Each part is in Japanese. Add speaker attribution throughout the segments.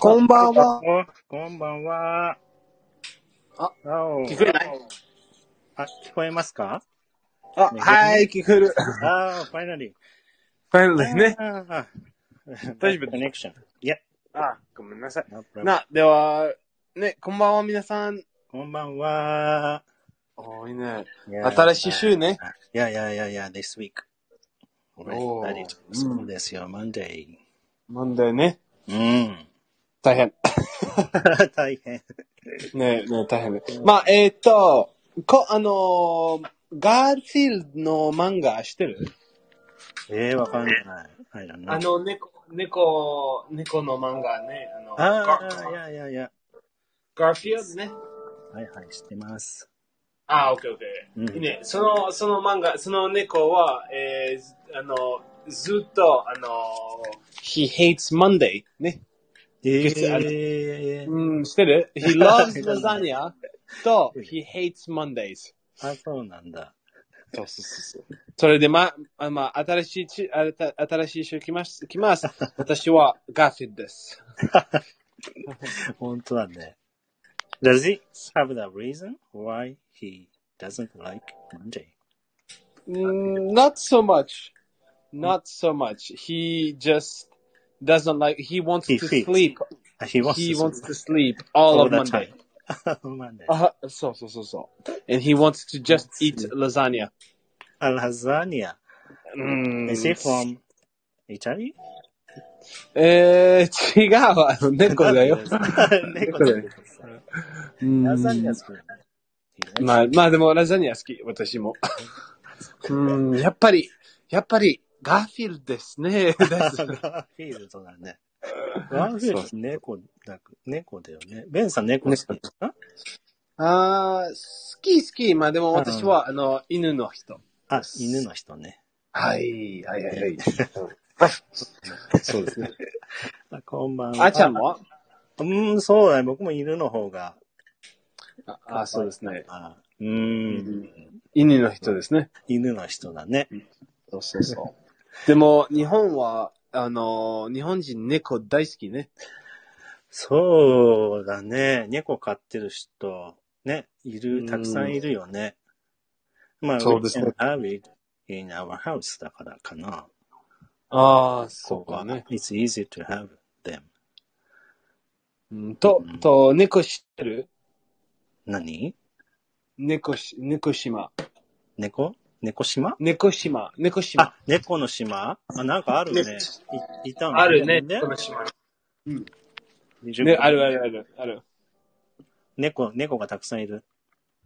Speaker 1: こんばんは。
Speaker 2: おこんばんは。
Speaker 1: あ、
Speaker 2: あお
Speaker 1: 聞くれない
Speaker 2: あ、聞こえま すか
Speaker 1: あ、はい、聞くる。
Speaker 2: ああ、ファイナリー。
Speaker 1: Finally ね。
Speaker 2: あー
Speaker 1: 大丈夫
Speaker 2: コネクション。いや、
Speaker 1: あ、ごめんなさい。
Speaker 2: no problem
Speaker 1: な、では、ね、こんばんは、皆さん。
Speaker 2: こんばんは。
Speaker 1: おーいいね。
Speaker 2: Yeah
Speaker 1: 新しい週ね。
Speaker 2: Yeah, yeah, yeah, yeah, this week.
Speaker 1: おー
Speaker 2: Already started. そうですよ、Monday。
Speaker 1: 問題ね。
Speaker 2: うん。
Speaker 1: 大変。
Speaker 2: 大変。
Speaker 1: ね、ね、大変ね。まあ、えーっと、こ、あのーガールフィールドの漫画知ってる
Speaker 2: ええ、わかんない。I don't know.
Speaker 1: あの、猫、猫、猫の漫画ね。あの、
Speaker 2: あ
Speaker 1: ガ
Speaker 2: あ、いやいやいや。
Speaker 1: ガールフィールドね。
Speaker 2: はいはい、知ってます。
Speaker 1: あ、オッケーオッケ
Speaker 2: うん
Speaker 1: ー。いいね。その、その漫画、その猫は、えーずあの、ずっと、あの、He hates Monday ね。
Speaker 2: ええ。
Speaker 1: うん、してる ?He loves lasagna と、He hates Mondays。
Speaker 2: あ、そうなんだ。
Speaker 1: そうそうそうそう。それで、ま、あまあ、新しいち、あた新しい週来ます、来 ます。私はガーフィッドです。
Speaker 2: 本当だね。Does he have the reason why he doesn't like Monday?
Speaker 1: うん not so much. Not so much. He just doesn't like, he wants
Speaker 2: He
Speaker 1: to
Speaker 2: feels.
Speaker 1: sleep
Speaker 2: He wants
Speaker 1: he
Speaker 2: to
Speaker 1: wants
Speaker 2: sleep
Speaker 1: to sleep all
Speaker 2: all
Speaker 1: of
Speaker 2: the
Speaker 1: Monday.
Speaker 2: time. Monday.
Speaker 1: あ、そうそうそうそう。And he wants to just
Speaker 2: Let's
Speaker 1: eat
Speaker 2: see.
Speaker 1: lasagna.
Speaker 2: A lasagna.
Speaker 1: うーん。
Speaker 2: Is he from Italy?
Speaker 1: えー、違うわ。猫だ よ。
Speaker 2: 猫だよ。
Speaker 1: うーん
Speaker 2: Lasagna 好きなの He likes-
Speaker 1: まあ、まあでもラザニア好き、私も。うーん、 やっぱり、やっぱり、ガーフィールドですね。
Speaker 2: ガーフィールドだ ね。ガーフィールドって猫だ、猫だよね。ベンさん猫好きですか
Speaker 1: あー、好き好き。まあでも私は、あの、犬の人。
Speaker 2: あ、犬の人ね。
Speaker 1: はい、はいはいはい。 そうですね。
Speaker 2: あこんばんは。
Speaker 1: あーちゃんも
Speaker 2: うん、そうだね。僕も犬の方が。
Speaker 1: ああー、そうですね。
Speaker 2: あうん。
Speaker 1: 犬の人ですね。
Speaker 2: 犬の人だね。
Speaker 1: そうそうそう。でも、日本は、あの、日本人猫大好きね。
Speaker 2: そうだね。猫飼ってる人、ね、いる、
Speaker 1: うん
Speaker 2: たくさんいるよね。まあ、
Speaker 1: そうですね
Speaker 2: We can have it in our house だからかな。
Speaker 1: ああ、そ。
Speaker 2: It's easy to have them.
Speaker 1: うんと、と、猫知ってる
Speaker 2: 何
Speaker 1: 猫し、猫島。
Speaker 2: 猫猫島
Speaker 1: 猫島、猫島。
Speaker 2: あ、猫の島あ、なんかあるね
Speaker 1: ね。
Speaker 2: いいたの
Speaker 1: あるね、
Speaker 2: ね
Speaker 1: 猫の島。ね、
Speaker 2: ね
Speaker 1: あるあるある、ある。
Speaker 2: 猫、猫がたくさんいる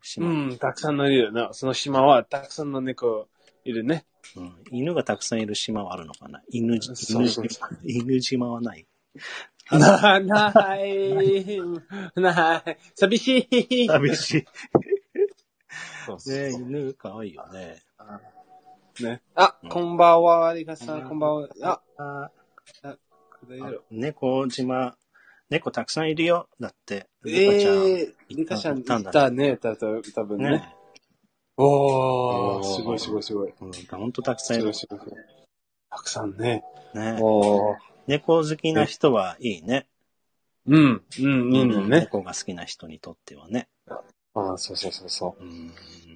Speaker 2: 島、
Speaker 1: うん、たくさんのいるよな。その島はたくさんの猫いるね。
Speaker 2: うん犬がたくさんいる島はあるのかな犬、犬
Speaker 1: そうそう
Speaker 2: 島犬島はない。
Speaker 1: な、ない、ない、寂しい。
Speaker 2: 寂しい。
Speaker 1: そうそう
Speaker 2: ね犬かわいいよね。
Speaker 1: ね。あ、こんばんは、リカさ
Speaker 2: うん
Speaker 1: ん、こんばんは。あ、
Speaker 2: あ
Speaker 1: 大丈夫。
Speaker 2: 猫島、猫たくさんいるよ。だって、猫ちゃん。
Speaker 1: ええリカちゃん、い
Speaker 2: 行ったんだ
Speaker 1: たね、た、た、多分ね。
Speaker 2: ね、
Speaker 1: お
Speaker 2: お
Speaker 1: ー、
Speaker 2: ー
Speaker 1: すごいすごいすごい。
Speaker 2: うん、ほんとたくさんい
Speaker 1: すご
Speaker 2: る
Speaker 1: い。すごい。たくさんね。
Speaker 2: ね、
Speaker 1: おー。
Speaker 2: 猫好きな人はいいね。
Speaker 1: うん、うん、いいのね。
Speaker 2: 猫が好きな人にとってはね。
Speaker 1: ああ、そうそうそうそ
Speaker 2: うん、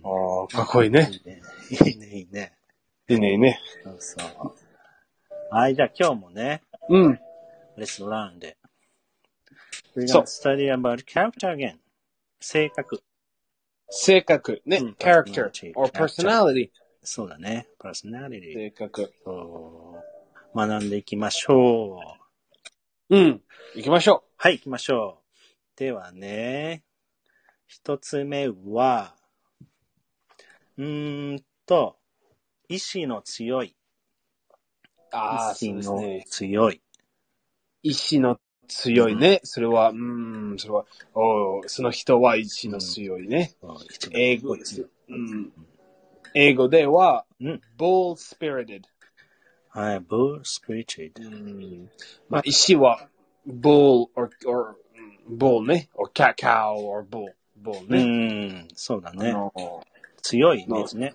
Speaker 1: う。ああ、かっこいいね。
Speaker 2: いいね、いいね、いいね。
Speaker 1: いいね、いいね。
Speaker 2: そうそう。はい、じゃあ今日もね、
Speaker 1: うん。
Speaker 2: レストランで。We're
Speaker 1: そう
Speaker 2: gonna study about character again. 性格。
Speaker 1: 性格。ね。
Speaker 2: うん
Speaker 1: character or personality.
Speaker 2: personality そうだね。personality。
Speaker 1: 性格。
Speaker 2: そう学んでいきましょう。
Speaker 1: うん。行きましょ
Speaker 2: はい、行きましょう。ではね、一つ目は、うーんと、意志の強い。
Speaker 1: う。ああ、そう
Speaker 2: 意志
Speaker 1: です
Speaker 2: の
Speaker 1: ね。
Speaker 2: 強い。
Speaker 1: 意志の強いね。それは、うーん、それは、おーその人は意志の強いね。
Speaker 2: そう一番
Speaker 1: 英語、うん、英語では、
Speaker 2: うん。
Speaker 1: bold spirited。
Speaker 2: はい、bull spirited。
Speaker 1: まあ、意志は、bull or, or, うん bull ね。or cat cow or bull, bull
Speaker 2: う
Speaker 1: ね。
Speaker 2: ん、そうだね
Speaker 1: あ。の
Speaker 2: 強いイメージね。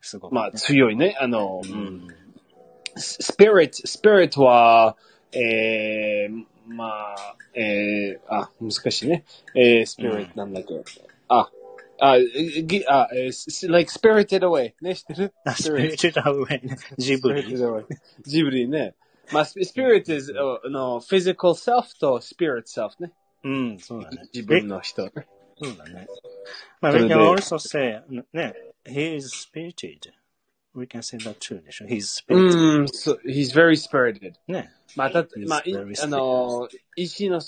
Speaker 2: すごく、ね。
Speaker 1: まあ、強いね。あの、
Speaker 2: う
Speaker 1: うん
Speaker 2: ん。
Speaker 1: スピリット、スピリットは、えー、まあ、えー、あ、難しいね。えー、spirit なんだっけ。あ、あ、ぎあ、えー、s- like spirited away ね、知ってる
Speaker 2: あスピリチュアルウェイね。ジブ リ。
Speaker 1: Spirited away ジブリね。まあ、スピ spirit is, あの、physical self と spirit self ね。
Speaker 2: うん、そうだね。
Speaker 1: 自分の人。
Speaker 2: そうだね。 まあ、
Speaker 1: そ
Speaker 2: we
Speaker 1: れで
Speaker 2: can also say, ね、he is spirited. We can say that too でしょ。he is spirited.
Speaker 1: うん、so, Mm, he's very spirited.
Speaker 2: ね。
Speaker 1: また、
Speaker 2: He's
Speaker 1: まあ、い
Speaker 2: very
Speaker 1: あの、意志の、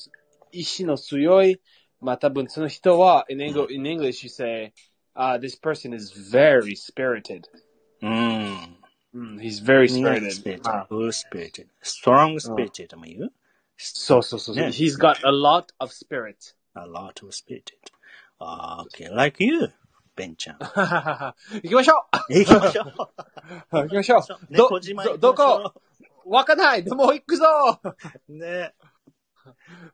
Speaker 1: 意志の強い、まあ多分その人は、in
Speaker 2: Hmm.
Speaker 1: English, in English you say, ah, this person is very spirited.
Speaker 2: うん。
Speaker 1: うん、he's very
Speaker 2: みんな
Speaker 1: spirited. Ah,
Speaker 2: spirited.
Speaker 1: あ
Speaker 2: Full spirited. Strong spirited も言う
Speaker 1: そうそうそうそう。
Speaker 2: ね
Speaker 1: He's got a lot of spirit.
Speaker 2: ?a lot of spirited. Okay, like you, ベ ンちゃん。
Speaker 1: 行きましょ
Speaker 2: 行きましょう。
Speaker 1: う行きましょうど、
Speaker 2: 猫島
Speaker 1: どどこわかんないでも行くぞ
Speaker 2: ね。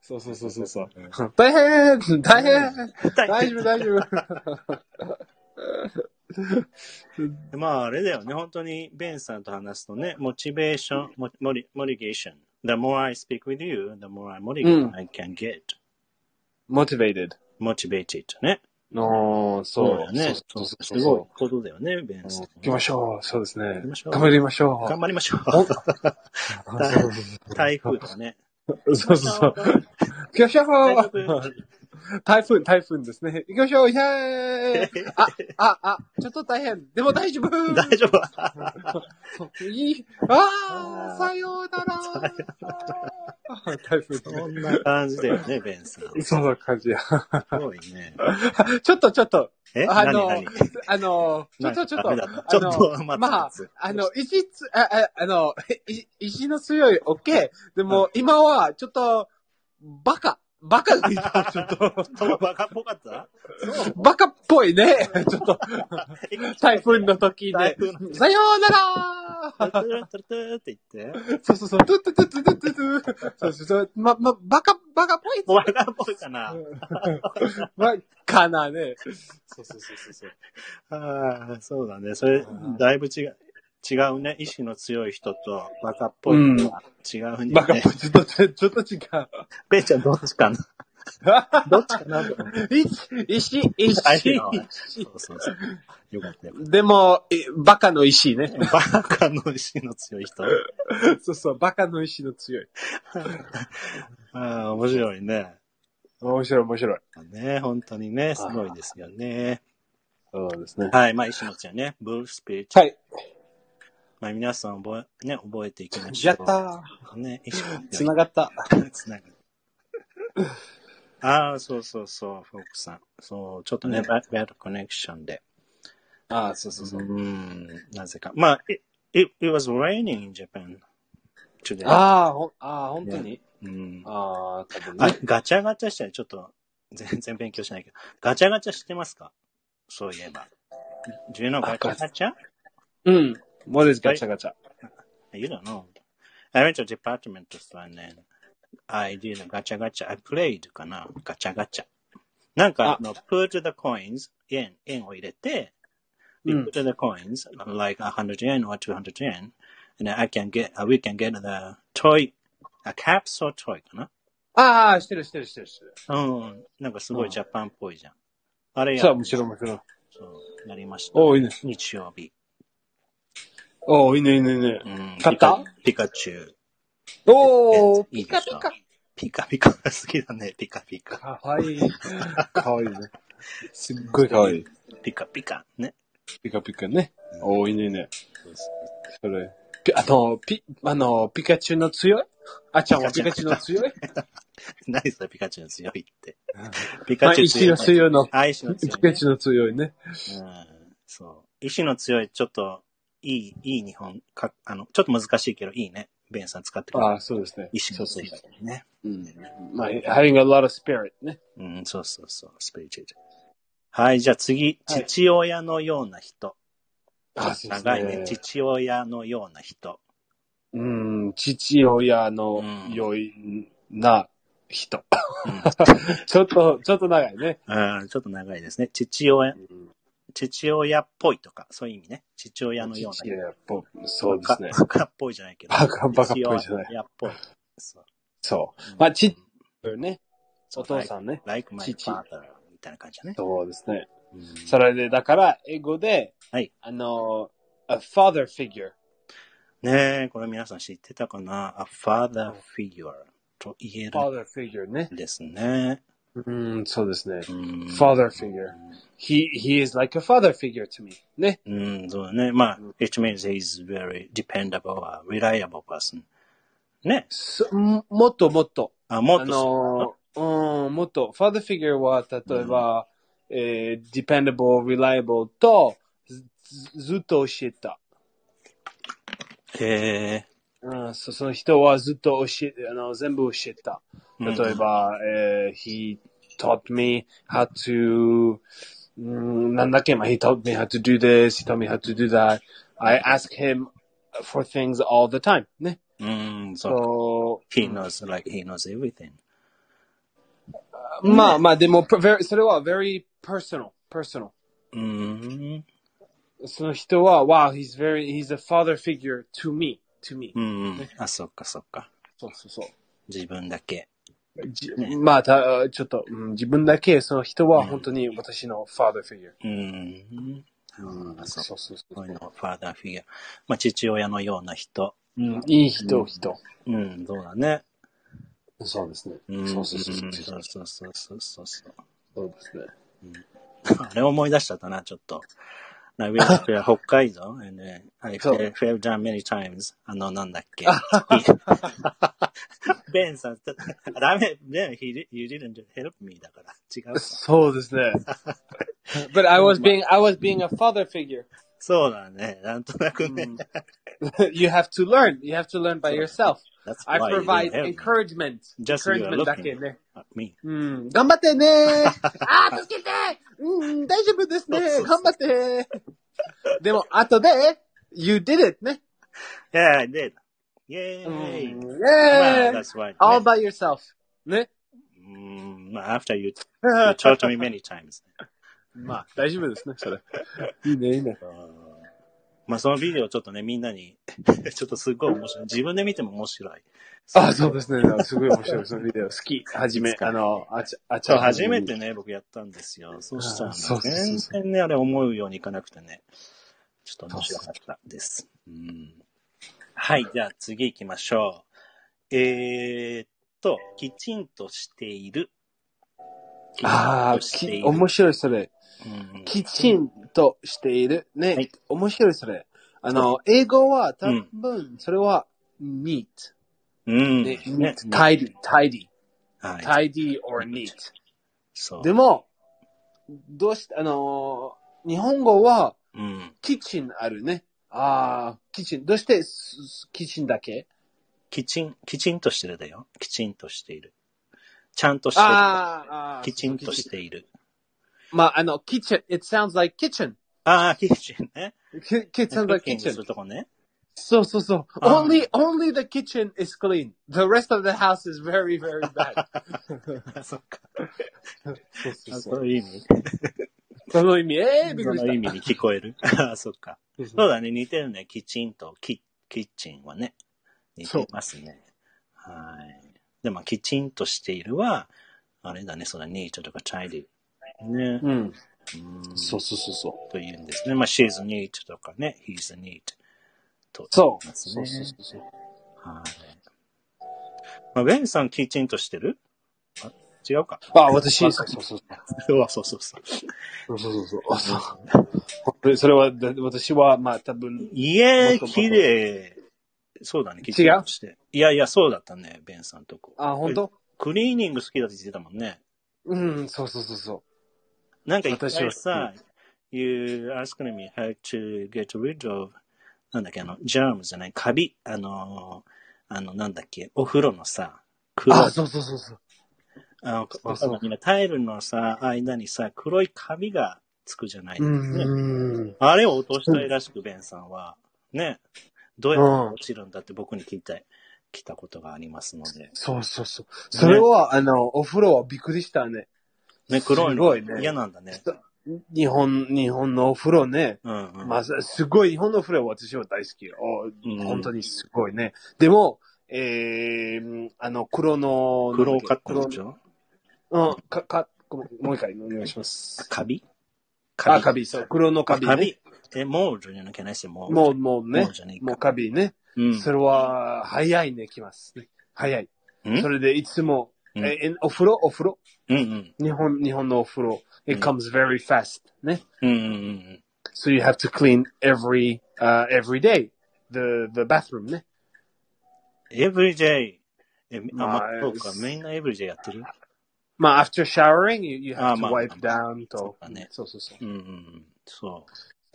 Speaker 1: そうそうそうそうそう。大変大変大
Speaker 2: 大
Speaker 1: 丈夫大丈夫
Speaker 2: まあ、あれだよね。本当に、ベンさんと話すとね、モチベーション、モモリモリゲーション。The more I speak with you, the more I, モリ
Speaker 1: うん
Speaker 2: I can get
Speaker 1: motivated.
Speaker 2: motivated ね。
Speaker 1: ああ、そう
Speaker 2: だよね。
Speaker 1: そうそう
Speaker 2: す
Speaker 1: そう
Speaker 2: ごい
Speaker 1: そ
Speaker 2: ことだよね、ベン
Speaker 1: う。
Speaker 2: さん
Speaker 1: 行。きましょう。そうですね。
Speaker 2: きましょう
Speaker 1: 頑張りましょう。
Speaker 2: 頑張りましょう。台風とかね。
Speaker 1: そうそうそう。行きましょ
Speaker 2: 台風
Speaker 1: う。台風、台風ですね。行きましょう。イェーイあ、あ、あ、ちょっと大変。でも大丈夫。
Speaker 2: 大丈夫
Speaker 1: いい。ああ、さようなら。台風
Speaker 2: そ
Speaker 1: ね。
Speaker 2: んな感じだよね、ベンさん。す
Speaker 1: そんな感じや。
Speaker 2: ごいね。
Speaker 1: ちょっと、ちょっと。
Speaker 2: え
Speaker 1: あ
Speaker 2: 何
Speaker 1: の
Speaker 2: 何、
Speaker 1: あの、ちょっとちょっと、
Speaker 2: ダメだちょっ
Speaker 1: あ
Speaker 2: と
Speaker 1: の
Speaker 2: 待
Speaker 1: まあ
Speaker 2: つ待つ、
Speaker 1: あの、意志つ、あ、ああの、い意志の強い、オッケー。でも、今は、ちょっと、バカ、バカがいた、ちょっと、
Speaker 2: ちょっとバカっぽかったそう。
Speaker 1: バカっぽいね、ちょっと、 台風の時
Speaker 2: 台
Speaker 1: ね
Speaker 2: 風の、
Speaker 1: さような
Speaker 2: トゥ
Speaker 1: ら
Speaker 2: ルトゥルトゥルって言って。
Speaker 1: そうそうそう、トゥトゥトゥトゥトゥトゥそうそうそう、ま、ま、バカ、バカっぽいっす
Speaker 2: バカっぽいかな。
Speaker 1: ま、かなね。そうそうそうそうそう。
Speaker 2: ああ、そうだね。それ、だいぶ違う。違うね。意志の強い人とバカっぽい人は違うね。
Speaker 1: バカっぽい、ちょっと、ちょっと違う。
Speaker 2: ペイちゃんどっちかなどっちかなと思って
Speaker 1: 石、石、石。
Speaker 2: そうそうそう。よかったよかっ
Speaker 1: でも、えバカの石ね。
Speaker 2: た。バカの意志の強い人。
Speaker 1: そうそう、バカの石の強い。
Speaker 2: ああ、面白いね。
Speaker 1: 面白い、面白い。
Speaker 2: ね、本当にね、すごいですよね。
Speaker 1: そうですね。
Speaker 2: はい、まあ、意志の強いね。ブルースピリチュアル
Speaker 1: はい。
Speaker 2: まあ、皆さん覚え、ね、覚えていきましょ
Speaker 1: やっ
Speaker 2: う。
Speaker 1: た
Speaker 2: ね、一緒に
Speaker 1: ー。つながった。
Speaker 2: つながる。ああ、そうそうそう、フォークさん。そう、ちょっとね、
Speaker 1: ね
Speaker 2: バッドコネクションで。
Speaker 1: ああ、そうそう
Speaker 2: う
Speaker 1: そう。
Speaker 2: ん、なぜか。まあ、it, it, it was raining in Japan today.
Speaker 1: ああ、ほん、ああ、本当に
Speaker 2: うん、
Speaker 1: ああ、多分
Speaker 2: あ
Speaker 1: ね。
Speaker 2: ガチャガチャしたらちょっと全然勉強しないけど、ガチャガチャ知ってますかそういえば。Do you know
Speaker 1: あ
Speaker 2: ガチャガチャ
Speaker 1: うん。モデスガチャガチャ。
Speaker 2: You don't know. I went to a department store and then I did a gacha gacha. I played かな ?gacha gacha. なんか、あの、put the coins, yen, 円を入れて、we
Speaker 1: うん
Speaker 2: put the coins, like 100 yen or 200 yen, and I can get, uh, we can get the toy, a capsule toy か
Speaker 1: ああ、してる、してる、してる、してる。
Speaker 2: なうん。なんかすご
Speaker 1: う
Speaker 2: い
Speaker 1: ん
Speaker 2: ジャパンっぽいじゃん。あれや、
Speaker 1: そう、面白い、面白い。
Speaker 2: そう、やりました。
Speaker 1: おーいいね。
Speaker 2: 日曜日。
Speaker 1: おーいいね、いいね、いいね
Speaker 2: う。ん。
Speaker 1: 買った
Speaker 2: ピカピカチュウ。
Speaker 1: おー、
Speaker 2: い
Speaker 1: ピ
Speaker 2: いで
Speaker 1: カ
Speaker 2: す
Speaker 1: ピ
Speaker 2: か
Speaker 1: カ。
Speaker 2: ピカピカが好きだね、ピカピカ。
Speaker 1: かわいい。かわいいね。すっごいかわいい。
Speaker 2: ピカピカ。ね。
Speaker 1: ピカピカね。おー、いいね、いいね。
Speaker 2: そう
Speaker 1: それ。ピあの、ピ、あの、ピカチュウの強いあちゃんはピ
Speaker 2: ピ
Speaker 1: カ
Speaker 2: カ
Speaker 1: チ
Speaker 2: チ
Speaker 1: ュ
Speaker 2: ュ
Speaker 1: ウ
Speaker 2: ウ
Speaker 1: の強い
Speaker 2: 何それピカチュウの強いって。ピ
Speaker 1: まあ、
Speaker 2: カチュウ
Speaker 1: 石の
Speaker 2: い。
Speaker 1: 強いの。
Speaker 2: あ、石の
Speaker 1: ピ
Speaker 2: 強い、
Speaker 1: カ
Speaker 2: ね
Speaker 1: チ。ュウの強いね。
Speaker 2: うん。そう。石の強い、ちょっと、いい、いい日本、か、あの、ちょっと難しいけど、いいね。ベンさん使ってくれる。
Speaker 1: ああ、そうですね。
Speaker 2: 石
Speaker 1: そ
Speaker 2: の
Speaker 1: うそ
Speaker 2: 強
Speaker 1: う
Speaker 2: い
Speaker 1: そう。
Speaker 2: ね。
Speaker 1: うん。まあ、having a lot of spirit ね。
Speaker 2: うん、そうそうそう。スピリチュアル。はい、じゃあ次、
Speaker 1: はい
Speaker 2: 父親のような人。
Speaker 1: あそうですね
Speaker 2: 長いね。父親のような人。
Speaker 1: うん、父親の良いな人。 ちょっと、ちょっと長いね。
Speaker 2: うん、ちょっと長いですね。父親、父親っぽいとか、そういう意味ね。父親のような
Speaker 1: 父
Speaker 2: 人。
Speaker 1: 親っぽい。そうですね
Speaker 2: バ。カバカっぽいじゃないけど。
Speaker 1: バカバカっぽいじゃない
Speaker 2: 父親っぽい。そう
Speaker 1: そう。まあ、ち、ね。お父さ
Speaker 2: ん。
Speaker 1: んね。
Speaker 2: like my
Speaker 1: 父
Speaker 2: father みたいな感じだね。
Speaker 1: そうですね。
Speaker 2: うん
Speaker 1: それで、だから、英語で、
Speaker 2: はい
Speaker 1: あの、a father figure。
Speaker 2: ねえ、これ皆さん知ってたかな ?A father figure と言える
Speaker 1: father figure ね。
Speaker 2: んですね。
Speaker 1: うん、そうですね。
Speaker 2: うん
Speaker 1: father figure. He, he is like a father figure to me. ね。
Speaker 2: うん、そうだね。まあ、it means he's very dependable or reliable person. ね。
Speaker 1: そんもっともっと。
Speaker 2: あ、も
Speaker 1: あ
Speaker 2: っとそ
Speaker 1: のー、うん、もっと、ファーダーフィギュアは、例えば、えー、dependable, reliable と、ずずっと教えた。
Speaker 2: う、え
Speaker 1: うん、そその人はずっと教え、あの、全部教えた。
Speaker 2: うん
Speaker 1: 例えば、えー、he taught me how to, うんなんだっけ、まあ、he taught me how to do this, he taught me how to do that. I ask him for things all the time. ね。
Speaker 2: ー、うん、そう。
Speaker 1: So,
Speaker 2: He knows, like, he knows everything.
Speaker 1: まあまあ、でも、very- それは very personal, personal.
Speaker 2: うん、
Speaker 1: その人は、wow, he's very, he's a father figure to me, to me.
Speaker 2: うん。あ、そっかそっか。
Speaker 1: そうそうそう。
Speaker 2: 自分だけ。
Speaker 1: じまあ、た、ちょっと、うん自分だけ、その人は本当に私の father figure。
Speaker 2: うん。あそう
Speaker 1: そうそうそ
Speaker 2: こういう
Speaker 1: う。
Speaker 2: の、ファーダーフィギュア。まあ、父親のような人。
Speaker 1: うん、いい人、人。
Speaker 2: うん、そうだね。
Speaker 1: そうですね。
Speaker 2: うん、
Speaker 1: そうそうそう
Speaker 2: うん
Speaker 1: そ
Speaker 2: そうう。そうそうそうそうそう。
Speaker 1: そうですね。
Speaker 2: あれ思い出しちゃったな、ちょっと。な、we went to 北海道 and then I
Speaker 1: そう
Speaker 2: fell, fell down many times. あの、なんだっ け。ベンさん、ダメ、ベン、he, you didn't help me だから。違う。
Speaker 1: そうです ね。But I was being, I was being a father figure.
Speaker 2: そうだね。なんとなくね。
Speaker 1: うん you have to learn. You have to learn by yourself.
Speaker 2: That's
Speaker 1: I
Speaker 2: why you
Speaker 1: provide
Speaker 2: didn't help me.
Speaker 1: encouragement.
Speaker 2: Just you are
Speaker 1: encouragement だけ
Speaker 2: looking
Speaker 1: ね。
Speaker 2: at me.
Speaker 1: うん、頑張って ねーあー、助けてうん、大丈夫ですね
Speaker 2: そうそうそう
Speaker 1: 頑張ってでも、後で、You did it ね。
Speaker 2: Yeah, I did.
Speaker 1: うん
Speaker 2: Yay! Well,
Speaker 1: yeah!
Speaker 2: that's right.
Speaker 1: All by yourself. ね。
Speaker 2: Mm, after you, you told me many times.
Speaker 1: まあ、大丈夫ですね、それ。いいね、いいね。
Speaker 2: まあそのビデオちょっとね、みんな に、ちょっとすごい面白い。自分で見ても面白い。
Speaker 1: あ、そうですね。すごい面白い、そのビデオ。好き。はじ
Speaker 2: いい
Speaker 1: め
Speaker 2: で、すか
Speaker 1: あの、あちゃ、あち
Speaker 2: そう、
Speaker 1: ゃ。
Speaker 2: 初めてね、僕やったんですよ。そうしたら
Speaker 1: あそうそうそう
Speaker 2: ね、全然ね、あれ思うようにいかなくてね、ちょっと面白かったです。うんはい、じゃあ次行きましょう。えーっと、きちんとしている。きちん
Speaker 1: ああ、
Speaker 2: としてい
Speaker 1: き
Speaker 2: る。
Speaker 1: 面白い、それ。
Speaker 2: うん
Speaker 1: きちんとしている。ね。
Speaker 2: はい
Speaker 1: 面白い、それ。あの、英語は多
Speaker 2: うん
Speaker 1: 分、それは、neat。
Speaker 2: うん。
Speaker 1: ね
Speaker 2: ね
Speaker 1: tidy, tidy,
Speaker 2: はい。
Speaker 1: tidy or neat.
Speaker 2: そう。
Speaker 1: でも、どうして、あのー、日本語は、
Speaker 2: うん。
Speaker 1: キッチンあるね。ああ、キッチン。どうして、すキッチンだけ
Speaker 2: きちん、きちんとしてるだよ。きちんとしている。ちゃんとしている。
Speaker 1: あーあー、
Speaker 2: きちんとし
Speaker 1: キッチ
Speaker 2: ている。
Speaker 1: ン。まあ、あの、キッチン。It sounds like kitchen.
Speaker 2: ああ、キッチンね。
Speaker 1: Ki- It
Speaker 2: キッ
Speaker 1: sounds like
Speaker 2: チンす
Speaker 1: kitchen.
Speaker 2: るとこね。
Speaker 1: そうそうそう。
Speaker 2: あー
Speaker 1: Only, only the kitchen is clean. The rest of the house is very, very bad.
Speaker 2: そっか。
Speaker 1: そうそう
Speaker 2: あ
Speaker 1: そ。
Speaker 2: そうういう意味。
Speaker 1: その意味、ええー、びっ
Speaker 2: そ
Speaker 1: くり
Speaker 2: の
Speaker 1: し
Speaker 2: 意味に聞こえる。 ああ、そっか。
Speaker 1: た。
Speaker 2: そうだね。似てるね。きちんとキキッチンはね。似てますね。はい。でも、きちんとしているは、あれだね。そのニートとかチャイリー。ね。
Speaker 1: うん。
Speaker 2: うん
Speaker 1: そうそうそうそう。
Speaker 2: と言うんですね。まあ、she's neat とかね、he's neat と
Speaker 1: そう。
Speaker 2: 言います
Speaker 1: そう
Speaker 2: ね。
Speaker 1: そうそうそう。
Speaker 2: はい。まあ、ベンさんきちんとしてるあ違 うか。
Speaker 1: あ、私、そ
Speaker 2: わ
Speaker 1: う
Speaker 2: か
Speaker 1: そうそう。
Speaker 2: うわそうそうそう。
Speaker 1: そうそうそうそう。あそう本当にそれは、だ私は、まあ多分、
Speaker 2: いえ、
Speaker 1: もっともっと
Speaker 2: 綺麗。そうだね、きちんとして。いやいや、そうだったね、ベンさんとこ。
Speaker 1: あ、本当
Speaker 2: クリーニング好きだって言ってたもんね。
Speaker 1: うん、そうそうそうそ
Speaker 2: なんか一
Speaker 1: 私は
Speaker 2: 回さ、you asked me how to get rid of なんだっけ、あの、ジャームじゃない、カビ、あのー、あの、なんだっけ、お風呂のさ、
Speaker 1: う。
Speaker 2: 黒い
Speaker 1: あ、そうそうそうそう。
Speaker 2: あの、
Speaker 1: うそう
Speaker 2: あのタイルのさ、間にさ、黒いカビがつくじゃないで
Speaker 1: う
Speaker 2: すか、ね
Speaker 1: ん。
Speaker 2: あれを落としたいらしく、ベンさんは。ね。どうやって落ちるんだって僕に聞いてきたことがありますので。
Speaker 1: そうそうそう。それは、あの、お風呂はびっくりしたね。
Speaker 2: ね、黒い
Speaker 1: す
Speaker 2: の
Speaker 1: ごいね
Speaker 2: 嫌なんだね。
Speaker 1: 日本、日本のお風呂ね。
Speaker 2: うんうん。
Speaker 1: まあ、すすごい、日本のお風呂は私は大好きよ。お
Speaker 2: うん
Speaker 1: 本当にすごいね。でも、えー、あの、黒の、
Speaker 2: 黒を買った
Speaker 1: 黒
Speaker 2: ん
Speaker 1: の
Speaker 2: でしょ
Speaker 1: うん、か、か、ごめんもう一回お願いします。
Speaker 2: カビ
Speaker 1: あ、カビ、そう、黒のカビ、ね。
Speaker 2: カビ。え、モールじゃなきゃないですよ、モール。
Speaker 1: もう、もうね
Speaker 2: もうじゃねえ、か
Speaker 1: もうカビね。
Speaker 2: うん。
Speaker 1: それは、早いね、来ますね。早い。
Speaker 2: うん
Speaker 1: それで、いつも、
Speaker 2: うん
Speaker 1: え、えお風呂、お風呂。
Speaker 2: うんうん。
Speaker 1: 日本、日本のお風呂。It
Speaker 2: うん
Speaker 1: comes very fast. ね。
Speaker 2: うんうんうん。
Speaker 1: So you have to clean every, uh, every day. The, the bathroom ね。
Speaker 2: every day. え、あ、まあ
Speaker 1: まあ、
Speaker 2: そうか。みんな every day やってる
Speaker 1: まあ、after showering, you, you
Speaker 2: あ
Speaker 1: have
Speaker 2: まあ
Speaker 1: to wipe down と
Speaker 2: そう。だね
Speaker 1: そうそうそう。
Speaker 2: うんうんうん。そ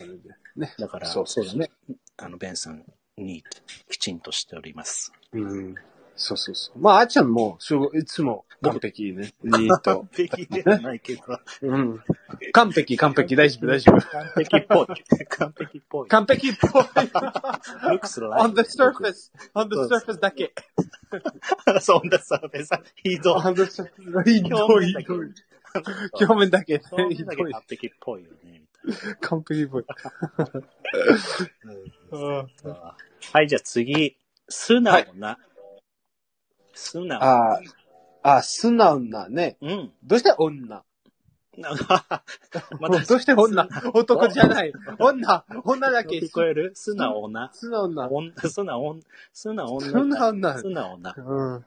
Speaker 1: それでね
Speaker 2: う。。だから、
Speaker 1: そう、そうだね。
Speaker 2: あの、ベンさんにきちんとしております。
Speaker 1: うん。そうそうそう。まあ、あっちゃんも、すごい、いつも完璧ね。ニー ト。
Speaker 2: 璧ではないけど、
Speaker 1: うん。完璧、完璧、大丈夫、大丈夫。
Speaker 2: 完璧っぽい。完璧っぽい。
Speaker 1: 完璧っぽい。
Speaker 2: looks like.
Speaker 1: on the surface, on the surface だけ。
Speaker 2: そんなサーベさ、ひどい。
Speaker 1: on the surface ひどい、ひどい。表面だけ、
Speaker 2: そう
Speaker 1: ひ
Speaker 2: だ
Speaker 1: ど
Speaker 2: け
Speaker 1: い
Speaker 2: 完。璧っぽいよね、み
Speaker 1: 完璧っ ぽい。
Speaker 2: たい
Speaker 1: Oh.
Speaker 2: な。さあはい、じゃあ次。素直な。素直。
Speaker 1: ああ、ああ、素直なね。
Speaker 2: うん。
Speaker 1: どうして女
Speaker 2: なんかま
Speaker 1: どう
Speaker 2: た、
Speaker 1: して女 男じゃない。女女だけ。
Speaker 2: 聞こえる素直な。
Speaker 1: 素直な。
Speaker 2: 女素直な、素直な。
Speaker 1: 素直な
Speaker 2: 素直な。
Speaker 1: うん。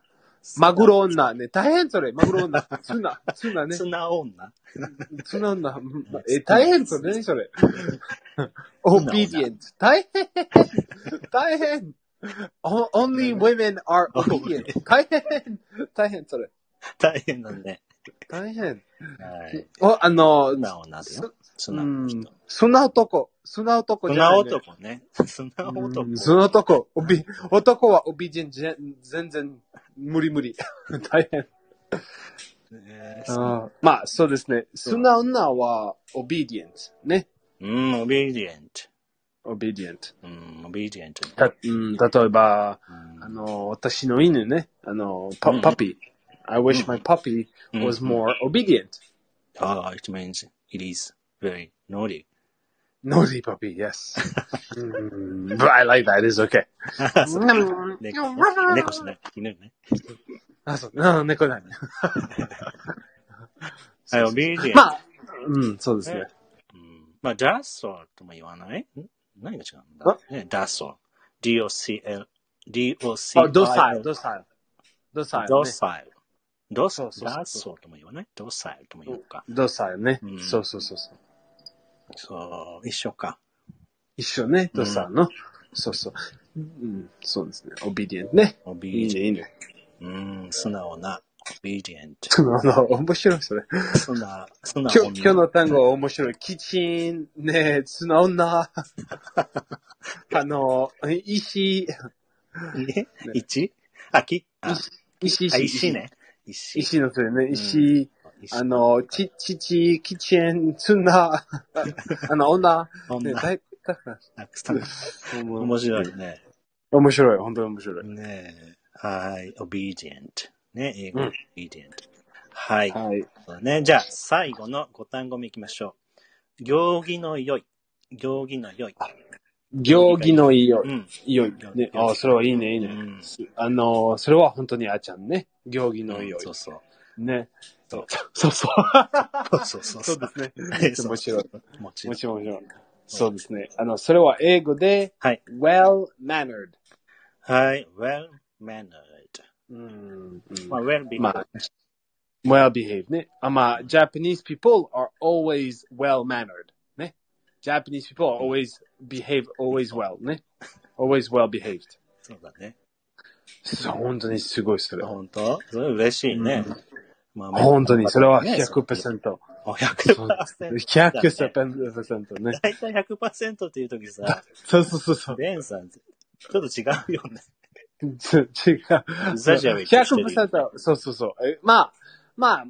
Speaker 1: マグロ女ね。大変それ。マグロ女。素直、素直ね
Speaker 2: 素。直女。
Speaker 1: 素直な。え、大変それ。何そ れ。obedient. 大変大変 O- !only women are obedient. 大変大変それ。
Speaker 2: 大変だね。
Speaker 1: 大変。
Speaker 2: はい。
Speaker 1: お、あの
Speaker 2: 素、直なだよ。素
Speaker 1: う
Speaker 2: 直な人
Speaker 1: ん。、砂男。砂男
Speaker 2: 素
Speaker 1: じゃない、
Speaker 2: 直
Speaker 1: ね。
Speaker 2: 男ね。素直
Speaker 1: う
Speaker 2: 男。
Speaker 1: ん砂男。おび男は obedient じゃ全然無理無理。 大変。
Speaker 2: ね
Speaker 1: あーまあそうですね。素直なは obedient ね。
Speaker 2: うん、オビディエント。
Speaker 1: obedient。
Speaker 2: うん、オビディエント。
Speaker 1: たうん、例えば、
Speaker 2: うん
Speaker 1: あの、私の犬ね、あの、パ
Speaker 2: うん
Speaker 1: パピー。I wish my puppy
Speaker 2: うん
Speaker 1: was more obedient.
Speaker 2: ああ、it means it is very naughty.
Speaker 1: Nosy puppy, yes. Mm, but I like that, it's okay.
Speaker 2: 猫 猫しない。犬ね。
Speaker 1: あ、そう、うん、猫だね。
Speaker 2: はい、オビディエント。
Speaker 1: まあ、うん、そうですね。
Speaker 2: うんまあ、ダッソーとも言わないん何が違うんだね、ダッソー。D-O-C-L。D-O-C-I-L。
Speaker 1: あ、ドサイル、ドサイル。ドサイル。
Speaker 2: ドサイル。ドサ
Speaker 1: そうそ
Speaker 2: イル。
Speaker 1: うそう
Speaker 2: ダッソーとも言わないドサイルとも言うか。
Speaker 1: ドサイルね
Speaker 2: う。ん
Speaker 1: そうそうそうそう。
Speaker 2: そう、一緒か。
Speaker 1: 一緒ね、ドサイルの。そうそう。うん、そうですね。obedient ね。
Speaker 2: オ
Speaker 1: い
Speaker 2: ビ
Speaker 1: い
Speaker 2: ディ
Speaker 1: ね、いいね。
Speaker 2: うん、素直な。オビディエント。
Speaker 1: あの、面白い、それ。
Speaker 2: 素直、素直
Speaker 1: 今日今日の単語は面白い。キッチン、ねえ、素直な。 あの、石、
Speaker 2: え一あ、き、あ、
Speaker 1: 石、
Speaker 2: あ石。ね。石。
Speaker 1: 石のそれね、石、あの、ち、父、キッチン、素 直。あの、女、
Speaker 2: こん
Speaker 1: ねえ、
Speaker 2: な、
Speaker 1: 大だか
Speaker 2: たくさん。
Speaker 1: ら
Speaker 2: 面白い。ね。
Speaker 1: 面白い、本当に面白い。
Speaker 2: ねえ。はい。obedient。ね、英語
Speaker 1: うん。
Speaker 2: obedient。はい。
Speaker 1: はい。
Speaker 2: そうだね。じゃあ、最後の五単語目いきましょう。行儀の良い。行儀の良い。
Speaker 1: 行儀のいいよ
Speaker 2: う。ん。
Speaker 1: 良い。ね、あそれはいいね、いいうね。
Speaker 2: ん。
Speaker 1: あの、それは本当にあちゃんね。行儀の良い
Speaker 2: そうそう。
Speaker 1: ね。
Speaker 2: そう
Speaker 1: そうそう。
Speaker 2: そうそ
Speaker 1: そ
Speaker 2: うそう
Speaker 1: で
Speaker 2: う。
Speaker 1: すね。
Speaker 2: そう
Speaker 1: 面白い。
Speaker 2: もちろ
Speaker 1: も
Speaker 2: ん。
Speaker 1: ちろん、もちろん。そうですね。あの、それは英語で、
Speaker 2: はい。
Speaker 1: well mannered。
Speaker 2: はい。well mannered。
Speaker 1: うん。
Speaker 2: まあ、well b e
Speaker 1: まあ、well behaved ね。あまあ、Japanese people are always well mannered. ね。Japanese people are always behave always well ね。always well behaved.
Speaker 2: そうだね。
Speaker 1: そう、本当にすごいそれ。
Speaker 2: 本当それ嬉しいね。まあ
Speaker 1: 本当に、それは
Speaker 2: ね
Speaker 1: 100%。
Speaker 2: あ100%。
Speaker 1: 100%ね。
Speaker 2: 大体100%っていうと きさ、
Speaker 1: そうそうそうそう。
Speaker 2: レンさん、ちょっと違うよね。
Speaker 1: ち違う。
Speaker 2: ザジュアルにしてる
Speaker 1: 100%、そうそうそう。えまあ、まあ、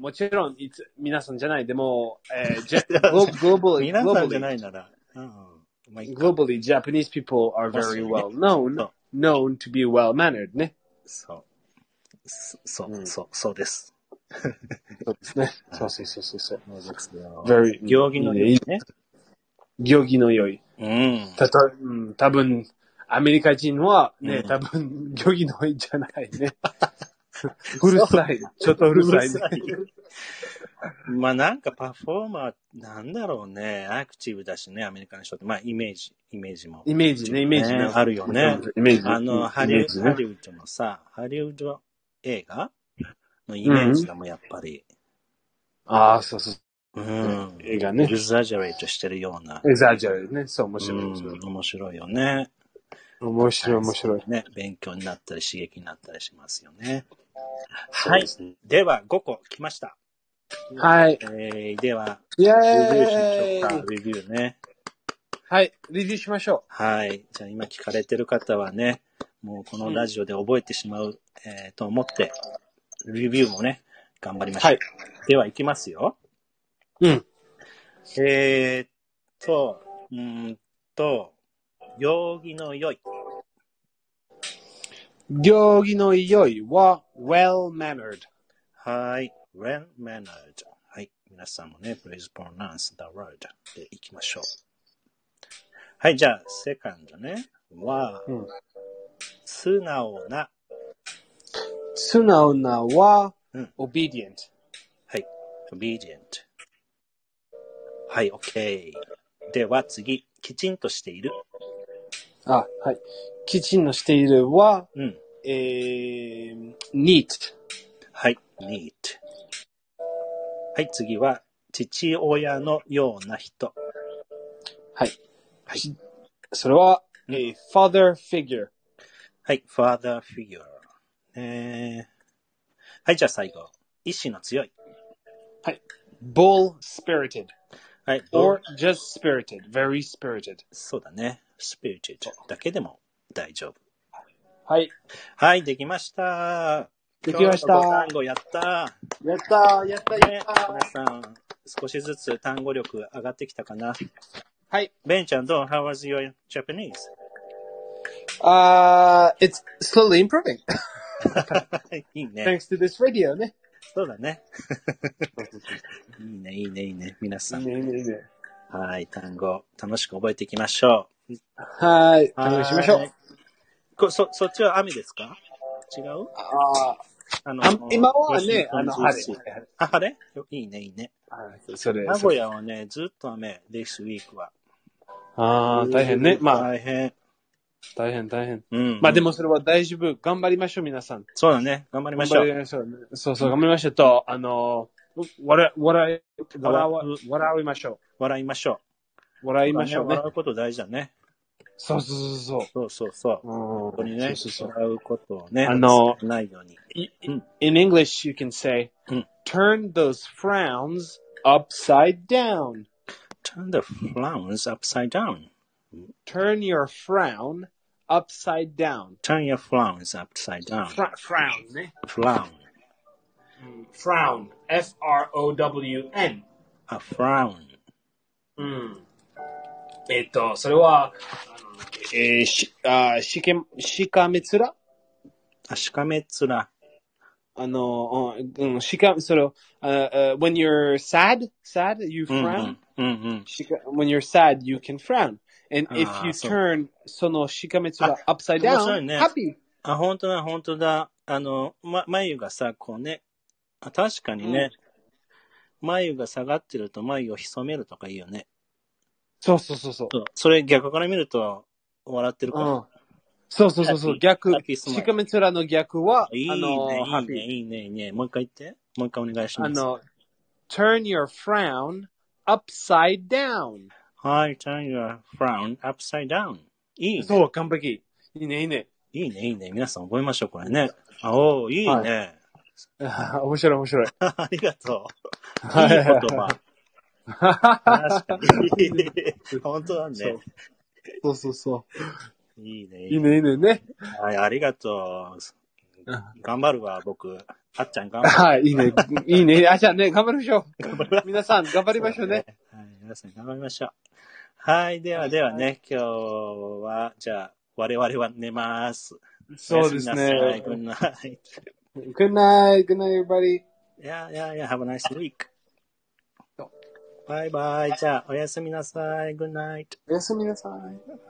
Speaker 1: もちろん、いつ、皆さんじゃない、でも、 えー、じゃ、グローバル、。
Speaker 2: 皆さんじゃないいなら、うん。まあいいか
Speaker 1: globally, Japanese people are very well known,
Speaker 2: そう
Speaker 1: known to be well mannered ね。
Speaker 2: そう。そそうう、
Speaker 1: ん
Speaker 2: そう、そうです。
Speaker 1: そうですね。そうそうそうそうそう。
Speaker 2: very
Speaker 1: very-
Speaker 2: 行儀の良いね。
Speaker 1: 行儀の良い。
Speaker 2: うん。
Speaker 1: たと、うん、多分、アメリカ人はね、
Speaker 2: うん
Speaker 1: 多分、漁業のじゃない ね。うるさい。ちょっとうるさい、ね。
Speaker 2: まあなんかパフォーマー、なんだろうね。アクティブだしね、アメリカの人って。まあイメージ、イメージも。
Speaker 1: イメージね、イメージね。
Speaker 2: ねあるよね。
Speaker 1: イメージ。
Speaker 2: あの、ハ
Speaker 1: イ
Speaker 2: リ
Speaker 1: メ
Speaker 2: ウ
Speaker 1: ー
Speaker 2: ッ
Speaker 1: ジ
Speaker 2: ド、ハ
Speaker 1: ね。
Speaker 2: リウッドのさ、ハリウッド映画のイメージがもうやっぱり、
Speaker 1: ああ、そうそう。
Speaker 2: うん。
Speaker 1: 映画
Speaker 2: エ
Speaker 1: ね。
Speaker 2: グザジェレートしてるような。
Speaker 1: エザジャルね。そう、面
Speaker 2: う
Speaker 1: 白い。
Speaker 2: ん
Speaker 1: 面白い。
Speaker 2: 面白いよね。
Speaker 1: 面白い、面白い。
Speaker 2: ね、勉強になったり刺激になったりしますよね。
Speaker 1: そう
Speaker 2: は
Speaker 1: で
Speaker 2: い。では、5個来ました。
Speaker 1: はい。
Speaker 2: えー、では、
Speaker 1: イェ
Speaker 2: レビューしましょう
Speaker 1: ー
Speaker 2: か
Speaker 1: イ。
Speaker 2: レビューね。
Speaker 1: はい、レビューしましょ
Speaker 2: はい。じゃあ今聞かれてる方はね、もうこのラジオで覚えてしまう、えーと思って、レビューもね、頑張りましょう。
Speaker 1: はい
Speaker 2: では、いきますよ。
Speaker 1: う。うん。
Speaker 2: えーっと、うーんと、行儀の良い。
Speaker 1: 行儀の良いは、well mannered。
Speaker 2: はい。well mannered。はい。皆さんもね、please pronounce the word でいきましょう。はい。じゃあ、セカンドね。は、
Speaker 1: うん
Speaker 2: 素直な。
Speaker 1: 素直なは、
Speaker 2: うん
Speaker 1: obedient。
Speaker 2: はい。obedient。はい。OK。では、次。きちんとしている。
Speaker 1: あ、はい。きちんとしているは、
Speaker 2: うん。
Speaker 1: えー、neat。
Speaker 2: はい。neat。はい。次は、父親のような人。
Speaker 1: はい。
Speaker 2: はい
Speaker 1: しそれは、
Speaker 2: うん
Speaker 1: えー father figure。
Speaker 2: はい、father figure。えー、はい、じゃあ最後。意志の強い。
Speaker 1: bull spirited。
Speaker 2: はい、
Speaker 1: or just spirited. very spirited.
Speaker 2: そうだね。spirited だけでも大丈夫。
Speaker 1: はい。
Speaker 2: はい、できました。
Speaker 1: できました
Speaker 2: 今日のご単語やった。
Speaker 1: やったーやった
Speaker 2: ね、皆さん、少しずつ単語力上がってきたかな。
Speaker 1: はい。
Speaker 2: ベンちゃんどう ?How was your Japanese?
Speaker 1: あー it's slowly improving.
Speaker 2: いいね。
Speaker 1: thanks to this radio ね。
Speaker 2: そう だね。いいね、いいね、いいね。皆さ
Speaker 1: いい
Speaker 2: ん。
Speaker 1: ねいいねいいね
Speaker 2: はい、単語、楽しく覚えていきましょう。
Speaker 1: はい。楽しみましょ。
Speaker 2: はいうこそ、そっちは雨ですか違う
Speaker 1: あ
Speaker 2: あの
Speaker 1: ーあ今はね、
Speaker 2: ワ
Speaker 1: あ
Speaker 2: シン
Speaker 1: の、晴
Speaker 2: トン DC
Speaker 1: れ。
Speaker 2: あ、晴れよいいね、いいね。
Speaker 1: はいそれ
Speaker 2: 名古屋はね、ずっと雨、This week は。
Speaker 1: ああ、大変ね。まあ、
Speaker 2: 大変。
Speaker 1: 大変、大変。
Speaker 2: うん。
Speaker 1: まあでもそれは大丈夫。頑張りましょう、皆さん。
Speaker 2: そうだね、頑張りま
Speaker 1: 頑
Speaker 2: しょ
Speaker 1: 張
Speaker 2: う。
Speaker 1: りましょうね。そうそう、頑張りましょうと、あの、笑い、笑い、笑わ笑いましょ
Speaker 2: 笑いましょ
Speaker 1: う。笑
Speaker 2: う。
Speaker 1: いましょうね
Speaker 2: 笑。うこと大事だね。
Speaker 1: そうそうそうそう。
Speaker 2: そうそうそう。
Speaker 1: 本
Speaker 2: 本当にね、
Speaker 1: そうそうそう。
Speaker 2: 笑うことをね、
Speaker 1: あの
Speaker 2: 少ないように。うん
Speaker 1: In English, you can say,
Speaker 2: うん
Speaker 1: turn those frowns upside down.
Speaker 2: Turn the frowns upside down.
Speaker 1: Turn your frown upside down.
Speaker 2: Turn your frowns upside down.
Speaker 1: Fr- frown ね。
Speaker 2: Frown.
Speaker 1: Frown. F-R-O-W-N.
Speaker 2: A frown.
Speaker 1: うん。えっと、それは、あのえー、し、あー、しけ、しかめつら
Speaker 2: あしかめっ面。
Speaker 1: あの、うん、しか、それを、uh, when you're sad, sad, you
Speaker 2: うんう
Speaker 1: frown.、
Speaker 2: ん。うんうん。
Speaker 1: Shika- when you're sad, you can frown. And if
Speaker 2: Ah,
Speaker 1: you
Speaker 2: so-
Speaker 1: turn そのしかめつが upside
Speaker 2: 面白い
Speaker 1: down,
Speaker 2: ね
Speaker 1: happy.
Speaker 2: あ、本当だ、本当だ。あの、ま、眉がさ、こうね。あ、確かにね。眉が下がってると眉を潜めるとかいいよね。
Speaker 1: そうそうそうそう。
Speaker 2: そうそれ逆から見ると、笑ってるか
Speaker 1: う
Speaker 2: ら。
Speaker 1: ん、そうそうそうそう
Speaker 2: Happy.
Speaker 1: 逆
Speaker 2: Happy smile.
Speaker 1: しかめつらの逆は、
Speaker 2: いい
Speaker 1: あ
Speaker 2: ね、
Speaker 1: の、
Speaker 2: いいね、
Speaker 1: happy
Speaker 2: いいね、いいね。もう一回言って。もう一回お願いし
Speaker 1: あ
Speaker 2: ます。
Speaker 1: の、turn your frown upside down.
Speaker 2: はい、turn your frown upside down. いいね。
Speaker 1: そう、完璧。いいね、いいね。
Speaker 2: いいね、いいね。皆さん覚えましょう、これね。あおーいいね。
Speaker 1: はあー面白い、面白い。
Speaker 2: ありがとう。いい
Speaker 1: はい
Speaker 2: 言 葉。確かに。本当だ
Speaker 1: そ
Speaker 2: ね
Speaker 1: う。そうそうそ
Speaker 2: いいね。
Speaker 1: う。いいね、いいね、ね。
Speaker 2: はい、ありがとう
Speaker 1: うん。
Speaker 2: 頑張る わ、僕。あっちゃん頑張る。
Speaker 1: はい、いいね。いいね。あ、じゃあね、頑張りましょう。皆さん、頑張りましょうね。
Speaker 2: はい、皆さん頑張りましょう。はい、ではではね、今日は、じゃあ、我々は寝ます。
Speaker 1: そうですね。
Speaker 2: Good night.
Speaker 1: Good night. Good night, everybody.
Speaker 2: Yeah, yeah, yeah. Have a nice week. バイバイ。じゃあ、おやすみなさい。Good night.
Speaker 1: おやすみなさい。